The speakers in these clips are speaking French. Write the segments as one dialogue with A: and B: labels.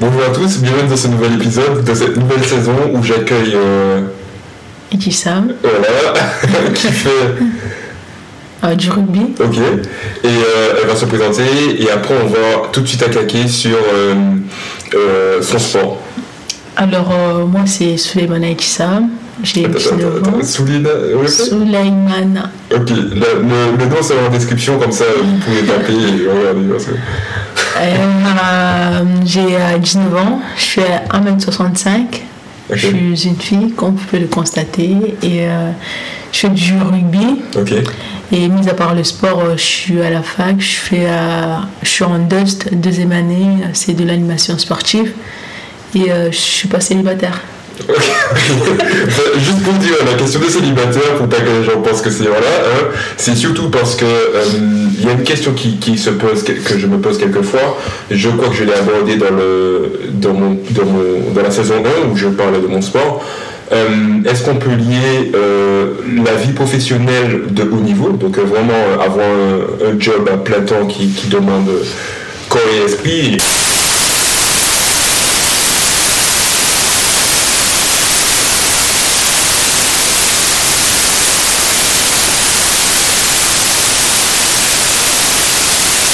A: Bonjour à tous, bienvenue dans ce nouvel épisode de cette nouvelle saison où j'accueille euh,
B: Et qui ça
A: voilà, qui fait
B: Euh, Du rugby
A: OK et euh, elle va se présenter et après on va tout de suite attaquer sur euh, euh, son sport.
B: Alors, euh, moi, c'est Suleymana Ekissa. J'ai
A: Attends,
B: 19
A: attends,
B: ans.
A: attends, Souline, ouais.
B: Suleymana.
A: Ok, le, le- le nom c'est en description comme ça vous pouvez taper et regarder parce que
B: Euh, j'ai euh, 19 ans. Je suis à 1m65.
A: Ok.
B: Je suis une fille, comme vous pouvez le constater. Et euh, je fais du rugby.
A: OK.
B: Et mis à part le sport, euh, je suis à la fac. Je, fais, euh, je suis en DUST, deuxième année. C'est de l'animation sportive. Et euh, je suis pas célibataire.
A: Enfin, Bah, Juste pour dire, la question des célibataires, pour pas que les gens pensent que c'est voilà, hein, c'est surtout parce que euh, il y a une question qui, qui se pose, que- que je me pose quelquefois. Je crois que je l'ai abordée dans, le, dans, mon, dans, mon- dans la saison 1 où je parlais de mon sport. Euh, Est-ce qu'on peut lier euh, la vie professionnelle de haut niveau, donc euh, vraiment euh, avoir un, un job à plein temps qui, qui demande euh, corps et esprit,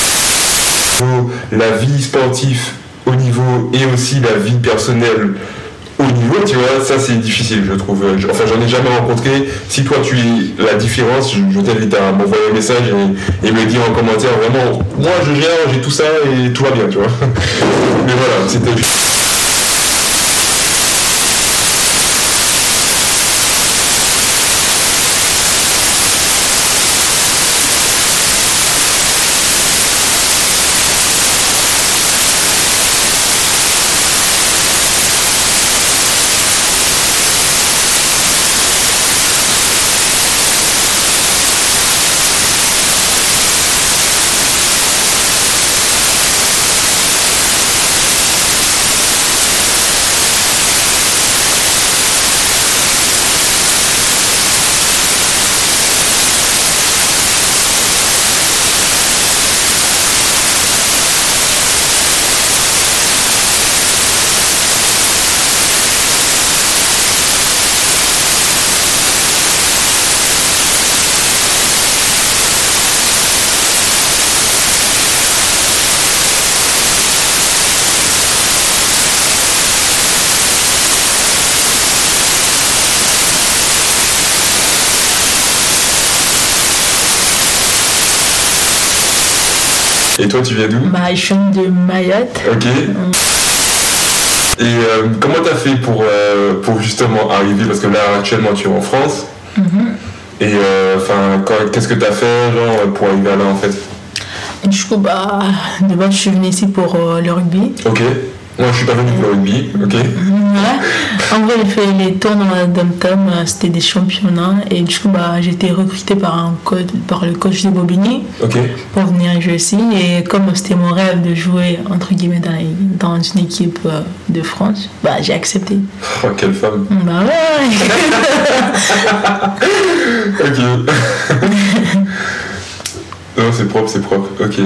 A: niveau, la vie sportive au niveau et aussi la vie personnelle au niveau, tu vois, ça c'est difficile, je trouve. Euh, je- Enfin, j'en ai jamais rencontré. Si toi tu es la différence, je, je t'invite à m'envoyer un message et, et me dire en commentaire vraiment, moi je gère, j'ai tout ça et tout va bien, tu vois. Mais voilà, c'était. Et toi tu viens d'où
B: Bah, je suis de Mayotte.
A: Ok. Et euh, comment t'as fait pour, euh, pour justement arriver Parce que là actuellement tu es en France.
B: Mhm.
A: Et euh, enfin, quand- qu'est-ce que t'as fait genre pour arriver là en fait
B: Du coup, bah, de base, je suis venue ici pour euh, le rugby.
A: Ok. Moi, je suis pas venu pour le rugby. Ok.
B: Ouais. En vrai, j'ai fait les tours dans la Dom-Tom, euh, c'était des championnats. Et du coup, bah, j'ai été recrutée par, un coach, par le coach de Bobigny
A: Ok.
B: pour venir jouer ici. Et comme c'était mon rêve de jouer, entre guillemets, dans, les- dans une équipe euh, de France, bah, j'ai accepté.
A: Oh, quelle femme.
B: Bah ouais
A: Ok. non, c'est propre, c'est propre. Ok.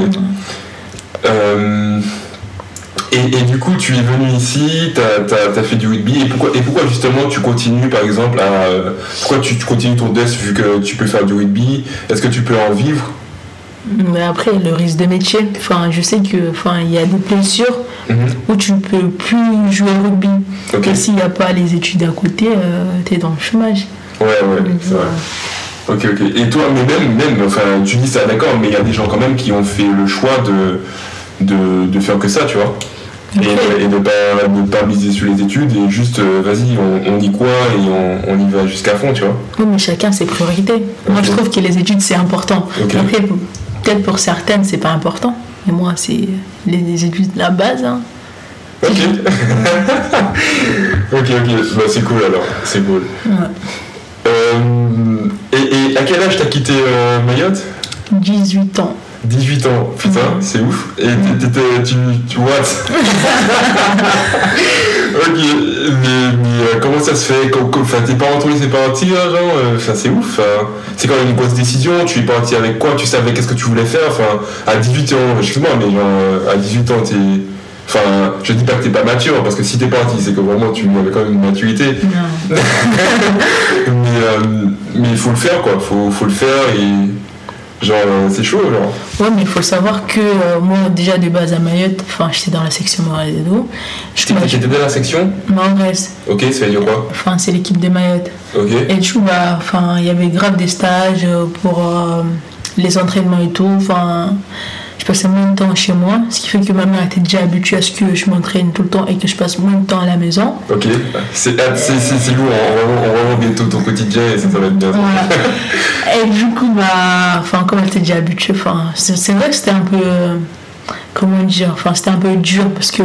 A: Euh, et, et du coup, tu es venu ici, t'as as, fait du rugby. Et pourquoi, et pourquoi justement tu continues, par exemple, à euh, pourquoi tu, tu continues ton desk vu que tu peux faire du rugby Est-ce que tu peux en vivre
B: Mais après, le risque de métier, enfin, je sais que, enfin, il y a des blessures
A: Mhm.
B: où tu ne peux plus jouer au rugby.
A: Ok.
B: Et s'il n'y a pas les études à côté, euh, t'es dans le chômage.
A: Ouais, ouais,
B: Mm-hmm.
A: c'est
B: euh,
A: vrai. Ok, ok. Et toi, mais même, même, enfin, tu dis ça, d'accord, mais il y a des gens quand même qui ont fait le choix de, de, de faire que ça, tu vois.
B: Ok.
A: Et, et de pas, de pas miser sur les études et juste, euh, vas-y, on, on dit quoi et on, on y va jusqu'à fond, tu vois.
B: Oui, mais chacun ses priorités. Moi, je
A: Ok.
B: trouve que les études, c'est important.
A: Ok.
B: Après, pour- peut-être pour certaines, c'est pas important. Mais moi, c'est les, les études, la base. hein.
A: Ok. ok, ok. Bah, c'est cool alors, c'est cool.
B: Ouais.
A: Euh, et, et à quel âge t'as quitté euh, Mayotte
B: 18 ans.
A: 18 ans, putain, c'est ouf. Et t'étais, tu, tu what Ok, mais, mais, euh, comment ça se fait Quand- quand- Enfin, tes parents t'ont laissé partir, genre, euh, enfin, c'est ouf. hein. C'est quand même une grosse décision. Tu es parti avec quoi Tu savais qu'est-ce que tu voulais faire Enfin, à 18 ans, excuse-moi, mais genre, euh, à 18 ans, t'es. Enfin, je dis pas que t'es pas mature, parce que si t'es parti, c'est que vraiment tu avais quand même une maturité.
B: Non.
A: Mais euh, mais il faut le faire, quoi. Faut, faut le faire et. Genre, euh, c'est chaud, genre.
B: Ouais, mais il faut savoir que euh, moi, déjà de base à Mayotte, enfin, j'étais dans la section Morales et d'eau. Je
A: T'es-
B: suis
A: T'étais dans la section
B: Morales,
A: Ok, ça veut dire quoi
B: enfin, c'est l'équipe de Mayotte.
A: Ok.
B: Et du coup, bah, enfin, il y avait grave des stages euh, pour euh, les entraînements et tout. Enfin, je passais moins de temps chez moi, ce qui fait que ma mère était déjà habituée à ce que je m'entraîne tout le temps et que je passe moins de temps à la maison.
A: Ok, c'est ah, c'est- c'est- c'est lourd, on va, voir- on va voir bientôt ton quotidien et ça, ça va être bien.
B: Voilà. Et du coup, bah, enfin, comme elle était déjà habituée, enfin, c'est c'est vrai que c'était un peu, euh, comment dire, enfin, c'était un peu dur parce que,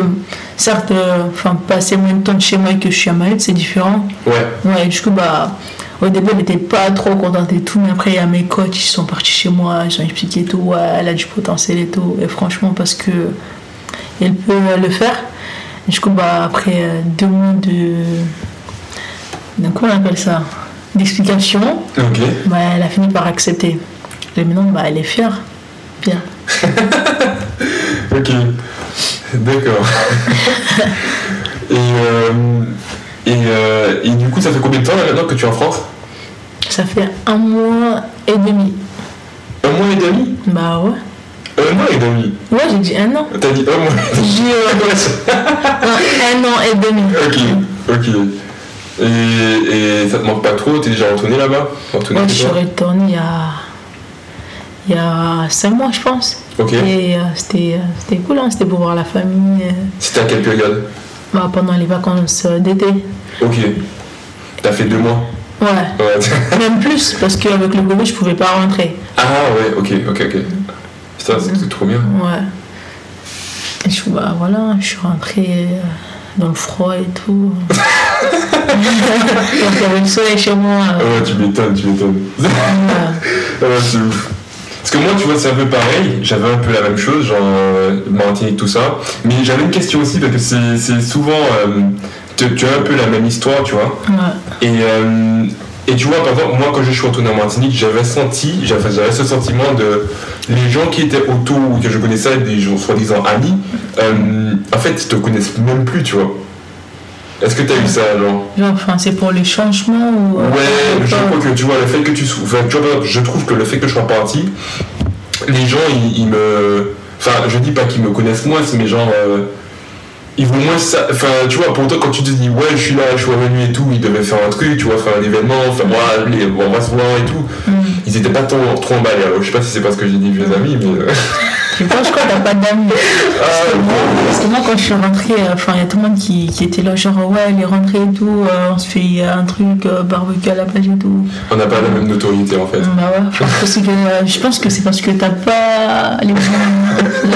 B: certes, euh, enfin, passer moins de temps de chez moi que je suis à Mayotte, c'est différent.
A: Ouais,
B: Ouais, et du coup, bah, au début, elle n'était pas trop contente et tout, mais après, il y a mes coachs, ils sont partis chez moi, ils ont expliqué tout, ouais, elle a du potentiel et tout, et franchement, parce que elle peut euh, le faire. Et du coup, bah, après euh, deux mois de. de- Comment on appelle ça D'explication.
A: ok.
B: Bah, elle a fini par accepter. Et maintenant, bah, elle est fière. Bien.
A: Ok, d'accord. et, euh, et, euh, et du coup, ça fait combien de temps là maintenant que tu es en France
B: Ça fait un mois et demi.
A: Un mois et demi
B: Bah ouais.
A: Un mois et demi
B: Ouais, j'ai dit un an.
A: T'as dit un mois et demi
B: J'ai euh, un an et demi.
A: Ok, ok. Et, et ça te manque pas trop T'es déjà retourné là-bas Retourné
B: Ouais, je
A: chez
B: suis
A: toi
B: retournée il y a... il y a cinq mois, je pense.
A: Ok,
B: Et euh, c'était, euh, c'était cool, hein, c'était pour voir la famille euh,
A: c'était à quelle période
B: bah, pendant les vacances euh, d'été.
A: Ok, t'as fait deux mois
B: Ouais,
A: Ouais,
B: même plus, parce qu'avec le Covid, je pouvais pas rentrer.
A: Ah ouais, ok, ok, ok. Putain, c'était trop bien.
B: Ouais. Et je, bah, voilà, je suis rentrée euh, dans le froid et tout. Donc il y avait le soleil chez moi.
A: Ah
B: euh,
A: ouais, tu m'étonnes, tu m'étonnes.
B: ouais.
A: Ah ouais, c'est ouf. Parce que moi, tu vois, c'est un peu pareil. J'avais un peu la même chose, genre euh, Martinique, tout ça. Mais j'avais une question aussi, parce que c'est c'est souvent. euh, tu, tu as un peu la même histoire, tu vois.
B: Ouais.
A: Et, euh, et tu vois, par exemple, moi, quand je suis retourné en Martinique, j'avais senti, j'avais j'avais ce sentiment de. Les gens qui étaient autour ou que je connaissais, des gens soi-disant amis, euh, en fait, ils te connaissent même plus, tu vois. Est-ce que t'as eu ça, genre
B: Genre, enfin, c'est pour le changement ou. euh,
A: Ouais,
B: ou
A: je
B: pas.
A: crois que tu vois le fait que tu, sou- enfin, tu vois, par exemple, je trouve que le fait que je sois parti, les gens ils, ils me, enfin je dis pas qu'ils me connaissent moins, mais genre euh, ils vont moins, sa- enfin tu vois, pour toi quand tu te dis ouais je suis là, je suis revenu et tout, ils devaient faire un truc, tu vois, faire un événement, enfin voilà, les- on va se voir et tout,
B: Mm.
A: ils étaient pas trop, trop emballés. Alors je sais pas si c'est parce que j'ai des vieux amis, mais euh,
B: Je pense que t'as pas d'amis.
A: ah, bon.
B: Parce que moi, quand je suis rentrée, euh, enfin, il y a tout le monde qui, qui était là, genre, ouais, elle est rentrée et tout, euh, on se fait euh, un truc, euh, barbecue à la plage et tout.
A: on n'a pas la même notoriété en fait.
B: Mm, Bah ouais, enfin, parce que, euh, je pense que c'est parce que t'as pas les gens.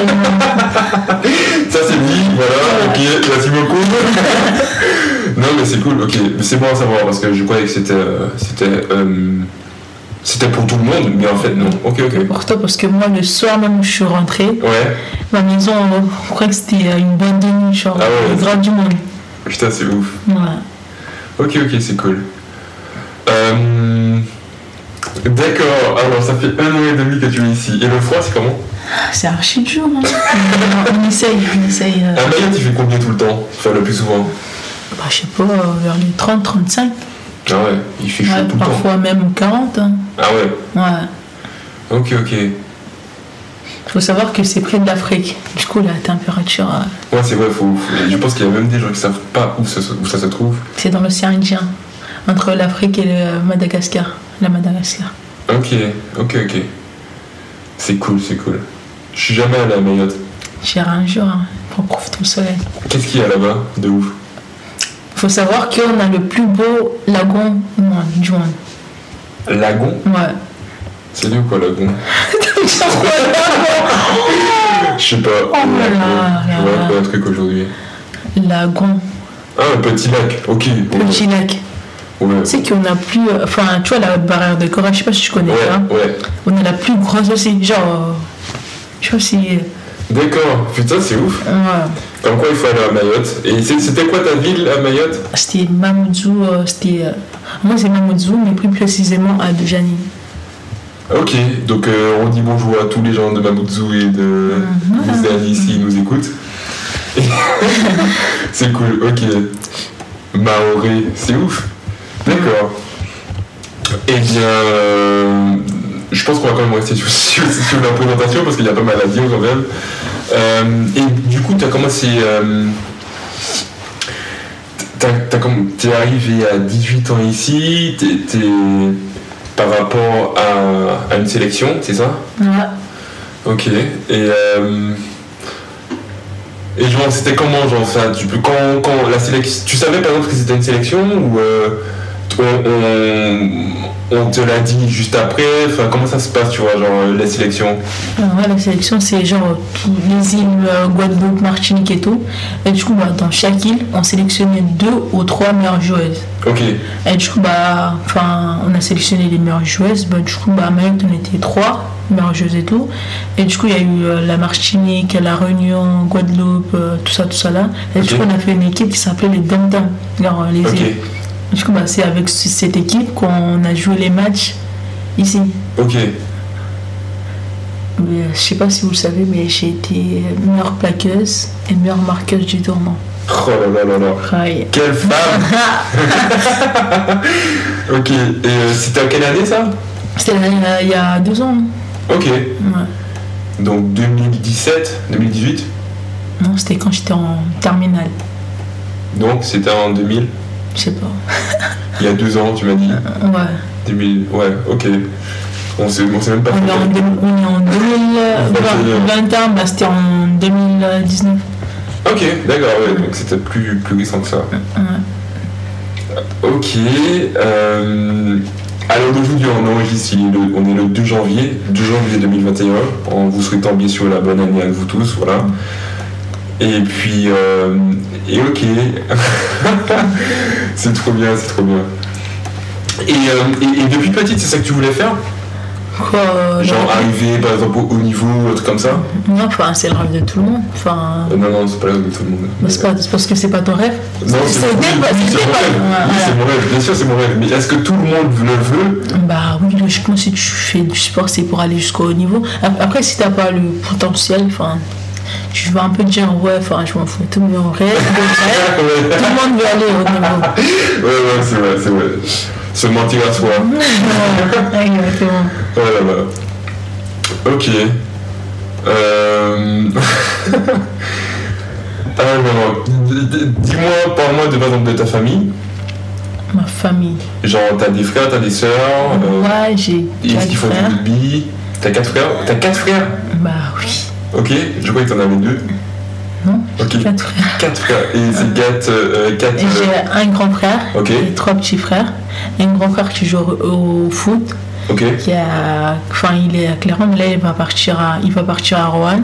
A: Ça c'est dit, voilà, ok, merci beaucoup. non mais c'est cool, ok, mais c'est bon à savoir parce que je croyais que c'était euh, c'était euh, c'était pour tout le monde, mais en fait non. Ok ok.
B: Pour toi, parce que moi, le soir même où je suis rentrée,
A: Ouais,
B: ma maison, euh, je crois que c'était euh, une bonne demi, genre,
A: Ah ouais.
B: le grave du monde.
A: putain c'est ouf.
B: Ouais.
A: Ok ok c'est cool. Euh, D'accord, alors ça fait un an et demi que tu es ici. Et le froid c'est comment
B: Ah, C'est archi dur, hein. Mais, euh, on essaye, on essaye. euh,
A: À Mayotte Ah, il fait combien tout le temps Enfin le plus souvent.
B: bah, je sais pas, euh, vers les 30, 35,
A: Ah ouais, il fait chaud
B: ouais,
A: tout le temps.
B: parfois même 40. hein.
A: Ah ouais,
B: Ouais.
A: ok ok.
B: faut savoir que c'est près de l'Afrique. Du coup, la température, euh,
A: Ouais c'est vrai, faut, faut- je pense qu'il y a même des gens qui savent pas où ça se- où ça se trouve.
B: c'est dans l'océan Indien, entre l'Afrique et le Madagascar. La Madagascar.
A: Ok, ok, ok. C'est cool, c'est cool. Je suis jamais allé à Mayotte.
B: J'irai un jour, hein, pour profiter du soleil.
A: Qu'est-ce qu'il y a là-bas de ouf
B: faut savoir qu'on a le plus beau lagon au monde, du monde.
A: Lagon
B: Ouais.
A: C'est lui ou quoi, Lagon Je sais pas.
B: Oh là là
A: Je vois
B: là.
A: pas un truc aujourd'hui.
B: lagon,
A: Ah, un petit lac, ok. ouais.
B: petit lac.
A: Ouais.
B: Tu sais qu'on a plus. euh, Enfin, tu vois, la barrière de corail, je sais pas si tu connais
A: Ouais,
B: ça.
A: ouais.
B: On a la plus grosse aussi. Genre. euh, je sais pas si.
A: D'accord, putain, c'est ouf.
B: euh, ouais.
A: Comme quoi, il faut aller à Mayotte. Et c'est- c'était quoi ta ville à Mayotte
B: C'était Mamoudzou, euh, c'était. euh, moi c'est Mamoudzou, mais plus précisément à Dujani.
A: Ok, donc euh, on dit bonjour à tous les gens de Mamoudzou et de
B: Mhm.
A: Mouzani s'ils nous écoutent. c'est cool, ok. Maoré, c'est ouf. D'accord. Eh bien, euh, je pense qu'on va quand même rester sur, sur- sur la présentation parce qu'il y a pas mal à dire quand même. Euh, et du coup, tu as commencé. Euh, t'as- t'as comm- T'es arrivé à 18 ans ici, t'es t'es- par rapport à, à une sélection, c'est ça
B: Ouais.
A: Ok. Et, euh, et genre, c'était comment, genre, ça tu, peux- quand, quand la sélection, tu savais par exemple que c'était une sélection ou euh, on, on- on te l'a dit juste après Enfin, comment ça se passe, tu vois, genre, euh, la sélection
B: Alors, ouais, la sélection, c'est genre tous les îles euh, Guadeloupe, Martinique et tout. Et du coup, bah, dans chaque île, on sélectionnait deux ou trois meilleures joueuses.
A: Ok.
B: Et du coup, bah, enfin, on a sélectionné les meilleures joueuses. Bah, du coup, bah, à Mayotte, on était trois meilleures joueuses et tout. Et du coup, il y a eu euh, la Martinique, la Réunion, Guadeloupe, euh, tout ça, tout ça là. Et du
A: Ok.
B: coup, on a fait une équipe qui s'appelait les Dantins, genre euh, les
A: Ok.
B: îles. Du coup, bah, c'est avec ce- cette équipe qu'on a joué les matchs ici.
A: Ok.
B: Mais, euh, je sais pas si vous le savez, mais j'ai été euh, meilleure plaqueuse et meilleure marqueuse du tournoi.
A: Oh là là là là.
B: Ouais.
A: Quelle femme Ok. Et euh, c'était à quelle année ça
B: C'était il y a- il y a deux ans. hein.
A: Ok.
B: Ouais.
A: Donc 2017, 2018
B: Non, c'était quand j'étais en terminale.
A: Donc c'était en 2000,
B: Je sais pas.
A: il y a deux ans, tu m'as dit.
B: Ouais.
A: 2000, ouais, ok. On sait, on sait même pas.
B: On est en,
A: fait.
B: deux- on est en 2021, bah, c'était en 2019.
A: Ok, d'accord, ouais, donc c'était plus, plus récent que ça.
B: Ouais.
A: Ok, euh, alors aujourd'hui on enregistre, il est le- on est le 2 janvier, 2 janvier 2021, en vous souhaitant bien sûr la bonne année à vous tous, voilà. Et puis, euh, et ok, c'est trop bien, c'est trop bien. Et, euh, et- et depuis petite, c'est ça que tu voulais faire
B: Quoi, euh,
A: Genre
B: genre-
A: arriver par exemple au haut niveau, un truc comme ça
B: non, enfin, c'est le rêve de tout le monde. Enfin,
A: Euh, Non, non, c'est pas là où tout le monde.
B: bah, c'est pas c'est parce que c'est pas ton rêve.
A: Non, c'est
B: C'est
A: oui,
B: vrai,
A: oui,
B: parce que
A: c'est
B: c'est
A: mon
B: pas-
A: rêve. Oui,
B: Voilà.
A: c'est mon rêve. Bien sûr, c'est mon rêve. Mais est-ce que tout le monde le veut
B: Bah oui, logiquement, si tu fais du sport, c'est pour aller jusqu'au haut niveau. Ap- Après, si t'as pas le potentiel, enfin, tu vas un peu te dire, ouais, enfin, je m'en fous, tout mais on rêve, on
A: Ouais, ouais,
B: rêve, tout le monde veut aller au haut niveau.
A: ouais, c'est vrai, c'est vrai. Se mentir à soi.
B: Ouais, Exactement.
A: Oh là là. Ok. Euh... Alors, dis-moi, parle-moi de par exemple de ta famille.
B: Ma famille.
A: Genre, t'as des frères, t'as des sœurs. euh,
B: Moi, j'ai
A: Est-ce
B: quatre
A: qu'il faut du
B: frères.
A: rugby T'as quatre frères T'as quatre frères
B: Bah oui,
A: Ok, je croyais que t'en avais deux.
B: Non,
A: Ok,
B: quatre frères.
A: quatre frères. Et c'est quatre. euh, quatre
B: Et J'ai un grand frère
A: Ok.
B: et trois petits frères. Et un grand frère qui joue au au foot,
A: euh, Ok,
B: qui a, enfin, il est à Clermont, mais là, il va partir à, il va partir à Roanne.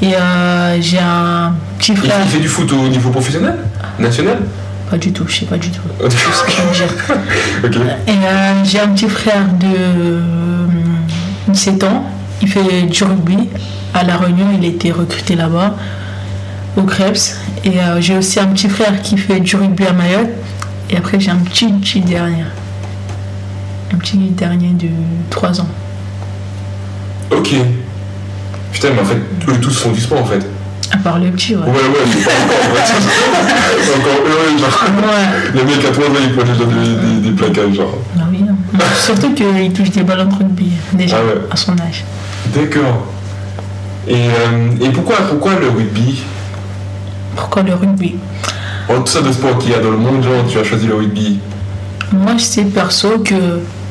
B: Et euh, j'ai un petit
A: Il,
B: frère.
A: il fait du foot au niveau professionnel National
B: Pas du tout, je sais pas du tout.
A: Ok.
B: ce que je veux dire. Et euh, j'ai un petit frère de euh, 7 ans. Il fait du rugby à La Réunion. Il a été recruté là-bas, au Krebs. Et euh, j'ai aussi un petit frère qui fait du rugby à Mayotte. Et après, j'ai un petit, petit dernier. Un petit dernier de 3 ans.
A: Ok. Putain, mais en fait, eux tous font du sport en fait.
B: À part le petit, ouais.
A: Ouais, ouais, mais pas encore en fait. C'est encore heureux, genre.
B: Ouais.
A: Le mec à trois ans, il projette des, des, des plaquages, genre.
B: Bah oui, hein. Surtout qu'il touche des ballons de rugby, déjà,
A: Ah ouais.
B: à son âge.
A: D'accord. Et, euh, et pourquoi, pourquoi le rugby
B: Pourquoi le rugby
A: En tout ça de sport qu'il y a dans le monde, genre, tu as choisi le rugby.
B: Moi, je sais perso que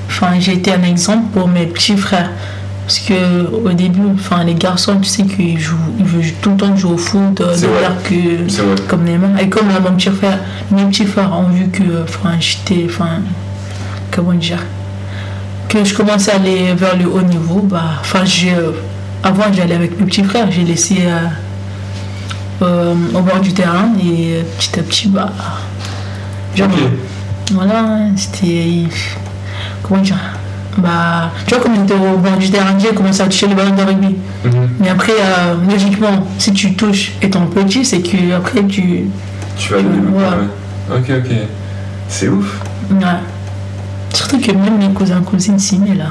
B: enfin, j'ai été un exemple pour mes petits frères. Parce que au début, enfin, les garçons, tu sais qu'ils jouent, ils veulent tout le temps jouer au foot, euh,
A: C'est
B: de
A: vrai.
B: manière que
A: C'est vrai.
B: comme les mains. Et comme euh, mon petit frère, mes petits frères ont vu que euh, enfin, j'étais, enfin, comment dire, que je commençais à aller vers le haut niveau, bah, enfin, j'ai, euh, avant j'allais avec mes petits frères, j'ai laissé euh, euh, au bord du terrain et euh, petit à petit, bah, genre,
A: Ok.
B: voilà, hein, c'était. Comment dire Bah, tu vois, comme on était au bord du terrain, j'ai commencé à toucher le ballon de rugby.
A: Mhm.
B: Mais après, euh, logiquement, si tu touches étant petit, c'est que après tu.
A: Tu vas aller
B: Ouais.
A: Ok, ok. C'est ouf.
B: Ouais. Surtout que même les cousins, cousines s'y mettent là.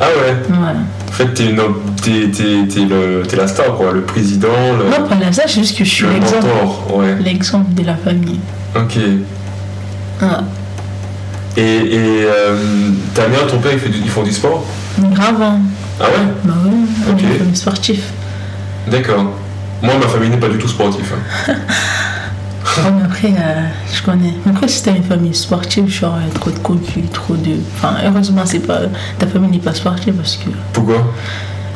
A: Ah ouais
B: Voilà.
A: En fait, t'es, une, t'es, t'es- t'es le, t'es la star, quoi. Le président, le,
B: Non, pas là, ça, c'est juste que je suis
A: le
B: l'exemple.
A: mentor. Ouais.
B: L'exemple de la famille.
A: Ok.
B: Ah,
A: Et, et euh, ta mère, ton père, ils, fait du- ils font du sport
B: grave, hein.
A: Ah ouais
B: Bah ouais, on est
A: Ok.
B: une famille sportive.
A: D'accord. Moi, ma famille n'est pas du tout sportive. hein.
B: Ouais, mais après, euh, je connais. Mais Après, si t'as une famille sportive, genre euh, trop de cocu, trop de. Enfin, heureusement, c'est pas... ta famille n'est pas sportive parce que.
A: Pourquoi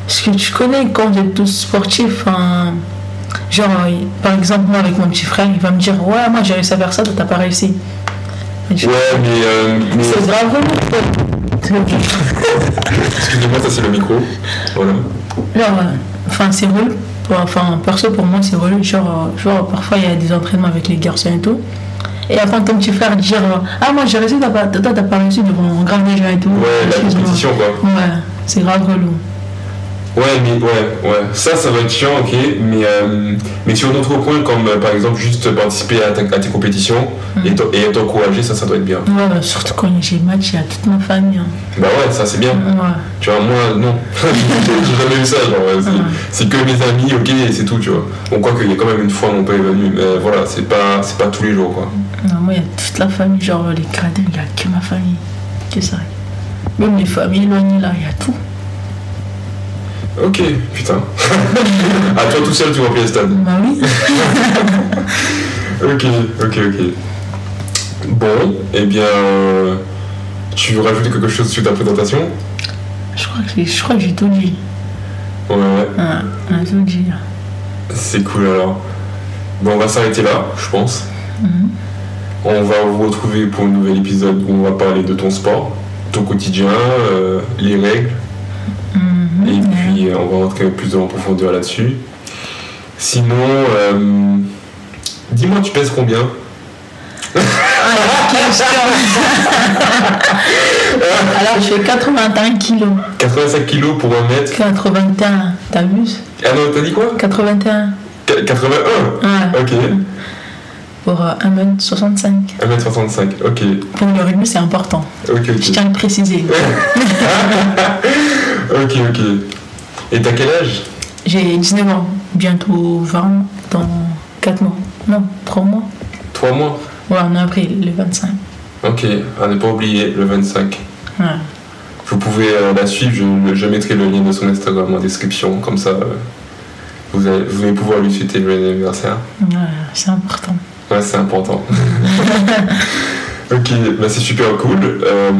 B: Parce que tu connais quand vous êtes tous sportifs, enfin, genre, euh, par exemple, moi avec mon petit frère, il va me dire Ouais, moi j'ai réussi à faire ça, toi t'as pas réussi. Et je-
A: Ouais, mais. euh, mais-
B: C'est grave relou. quoi.
A: Excusez-moi, ça c'est le micro. Voilà.
B: Genre, euh, enfin, c'est relou. Pour- Enfin, perso, pour moi, c'est relou. Genre, euh, genre, parfois, il y a des entraînements avec les garçons et tout. Et avant ton petit frère dire euh, Ah, moi j'ai réussi, t'as pas- toi t'as pas réussi devant un grand les gens et tout.
A: Ouais, la
B: Excuse-moi.
A: compétition, quoi.
B: Ouais, c'est grave relou.
A: Ouais, mais ouais, ouais. Ça, ça va être chiant, ok. Mais, euh, mais sur d'autres points, comme euh, par exemple juste participer à, ta- à tes compétitions
B: Mhm.
A: et t'en- et être encouragé, ça, ça doit être bien.
B: Ouais, bah, surtout quand j'ai match, il y a toute ma famille. hein.
A: Bah ouais, ça c'est bien.
B: Ouais,
A: Tu vois, moi, non. J'ai jamais eu ça, genre, ouais, c'est-
B: Ouais.
A: c'est que mes amis, ok, et c'est tout, tu vois. Bon, quoi qu'il y a quand même une fois mon père est venu, mais voilà, c'est pas, c'est pas tous les jours, quoi.
B: Non, moi, il y a toute la famille, genre euh, les gradins, il n'y a que ma famille. Que ça. Même les familles éloignées, là, il y a tout.
A: Ok, putain. à toi tout seul, tu remplis le stade.
B: Bah oui.
A: Ok, ok, ok. Bon, eh bien, euh, tu veux rajouter quelque chose sur ta présentation
B: Je crois que j'ai- je crois que j'ai tout dit.
A: Ouais, ouais,
B: Ouais, on a tout dit.
A: c'est cool alors. Bon, on va s'arrêter là, je pense.
B: Mhm.
A: On va vous retrouver pour un nouvel épisode où on va parler de ton sport, ton quotidien, euh, les règles,
B: Mhm.
A: et puis euh, on va rentrer plus en profondeur là-dessus. Sinon, euh, dis-moi, tu pèses combien
B: Ah, la question. Alors, je fais 81 kilos.
A: 85 kilos pour un mètre.
B: 81, t'as vu
A: Ah non, t'as dit quoi
B: 81.
A: Qu- 81
B: Ouais,
A: Ok,
B: pour euh, 1m65.
A: 1m65, ok,
B: Pour le rugby, c'est important.
A: ok,
B: Je
A: ok.
B: tiens à le préciser.
A: Ok, ok. Et t'as quel âge
B: J'ai 19 ans, bientôt 20 dans 4 mois. Non, 3 mois.
A: 3 mois
B: Ouais, en avril, le 25.
A: Ok, à ne pas oublier, le 25.
B: Ouais.
A: Vous pouvez euh, la suivre, je, je mettrai le lien de son Instagram en description, comme ça euh, vous, allez, vous allez pouvoir lui souhaiter le bon anniversaire.
B: Ouais, c'est important.
A: Ouais, c'est important. ok, bah c'est super cool. euh,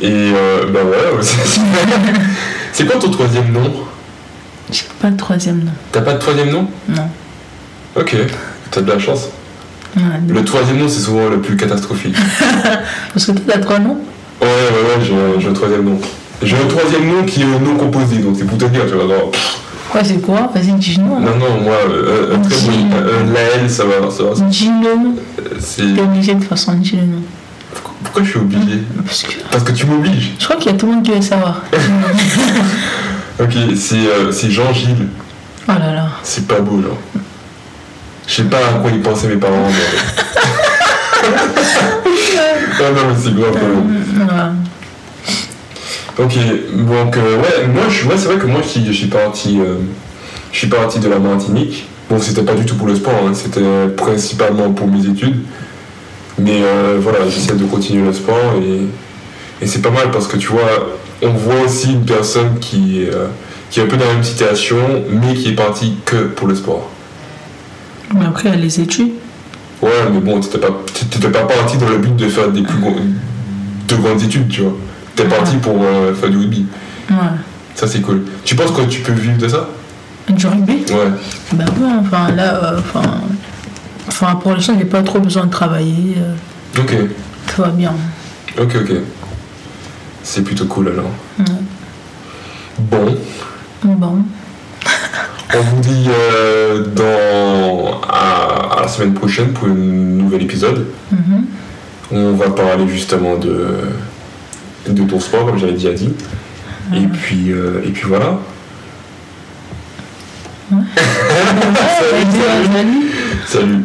A: et euh, bah ouais, ouais, c'est C'est quoi ton troisième nom
B: J'ai pas le troisième nom.
A: T'as pas de troisième nom
B: Non.
A: Ok, t'as de la chance.
B: Ouais,
A: Le troisième nom, c'est souvent le plus catastrophique.
B: Parce que toi, t'as trois noms
A: Ouais, ouais, ouais, j'ai un- j'ai un troisième nom. J'ai un troisième nom qui est un nom composé, donc c'est pour te dire, tu vois. genre, pff,
B: Quoi, c'est quoi Vas-y, dis-nous.
A: Non, non, moi, euh, un- un très bon. euh, Laël, ça va, ça va.
B: Dis le nom.
A: c'est-
B: T'es obligé de toute façon, dis le nom.
A: Pourquoi, pourquoi je suis obligé
B: Parce que
A: Parce que tu m'obliges.
B: je crois qu'il y a tout le monde qui veut savoir.
A: Ok, c'est euh, c'est Jean-Gilles.
B: Oh là là.
A: C'est pas beau, genre. Je sais pas à quoi ils pensaient mes parents. Mais... ah non, mais c'est grave quand même.
B: Voilà.
A: Ok, donc euh, ouais, moi je, ouais, c'est vrai que moi je, je suis parti, euh, je suis parti de la Martinique. Bon, c'était pas du tout pour le sport, hein, c'était principalement pour mes études. Mais euh, voilà, j'essaie de continuer le sport et, et c'est pas mal parce que tu vois, on voit aussi une personne qui, euh, qui est un peu dans la même situation, mais qui est partie que pour le sport.
B: Mais après, il y a les études.
A: Ouais, mais bon, t'étais pas, t'étais pas parti dans le but de faire des plus gros- de grandes études, tu vois. T'es parti pour euh, faire du rugby.
B: Ouais.
A: Ça c'est cool. Tu penses que tu peux vivre de ça
B: Du rugby
A: Ouais.
B: Bah ouais, enfin là, euh, enfin. Enfin, pour l'instant, j'ai pas trop besoin de travailler. euh,
A: Ok,
B: tout va bien.
A: ok, ok. C'est plutôt cool alors.
B: Ouais.
A: Bon,
B: Bon.
A: on vous dit euh, dans à, à la semaine prochaine pour un nouvel épisode.
B: Mhm.
A: On va parler justement de de ton sport comme j'avais déjà dit. Et puis euh, et puis voilà.
B: Ouais, vas-y, vas-y.
A: Salut.